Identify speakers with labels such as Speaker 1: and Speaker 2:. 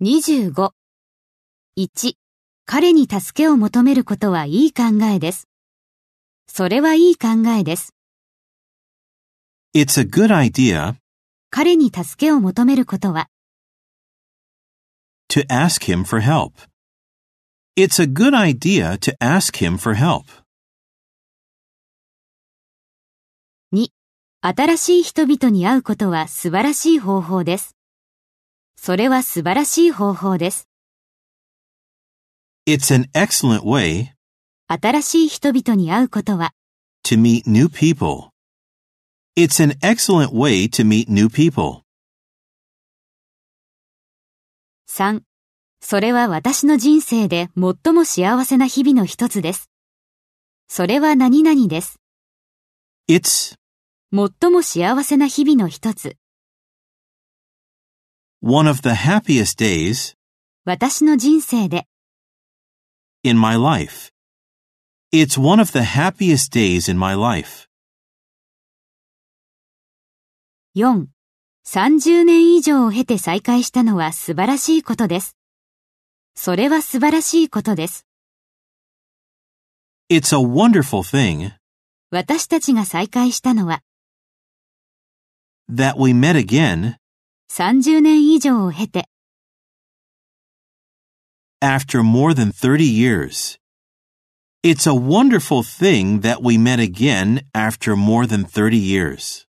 Speaker 1: 25。1. 彼に助けを求めることはいい考えです。それはいい考えです。
Speaker 2: It's a good idea
Speaker 1: 彼に助けを求めることは
Speaker 2: to ask him for help. It's a good idea to ask him for help.
Speaker 1: 新しい人々に会うことは素晴らしい方法です。それは素晴らしい方法です。
Speaker 2: It's an excellent way
Speaker 1: 新しい人々に会うことは
Speaker 2: to meet new people. It's an excellent way to meet new people.
Speaker 1: 3. それは私の人生で最も幸せな日々の一つです。それは何々です。
Speaker 2: It's
Speaker 1: 最も幸せな日々の一つ。
Speaker 2: one of the happiest days
Speaker 1: 私の人生で
Speaker 2: in my life. It's one of the happiest days in my life.
Speaker 1: 4。30年以上を経て再会したのは素晴らしいことです。それは素晴らしいことです。
Speaker 2: It's a wonderful thing
Speaker 1: 私たちが再会したのは
Speaker 2: that we met again
Speaker 1: 30年以上を経て
Speaker 2: after more than 30 years. It's a wonderful thing that we met again after more than 30 years.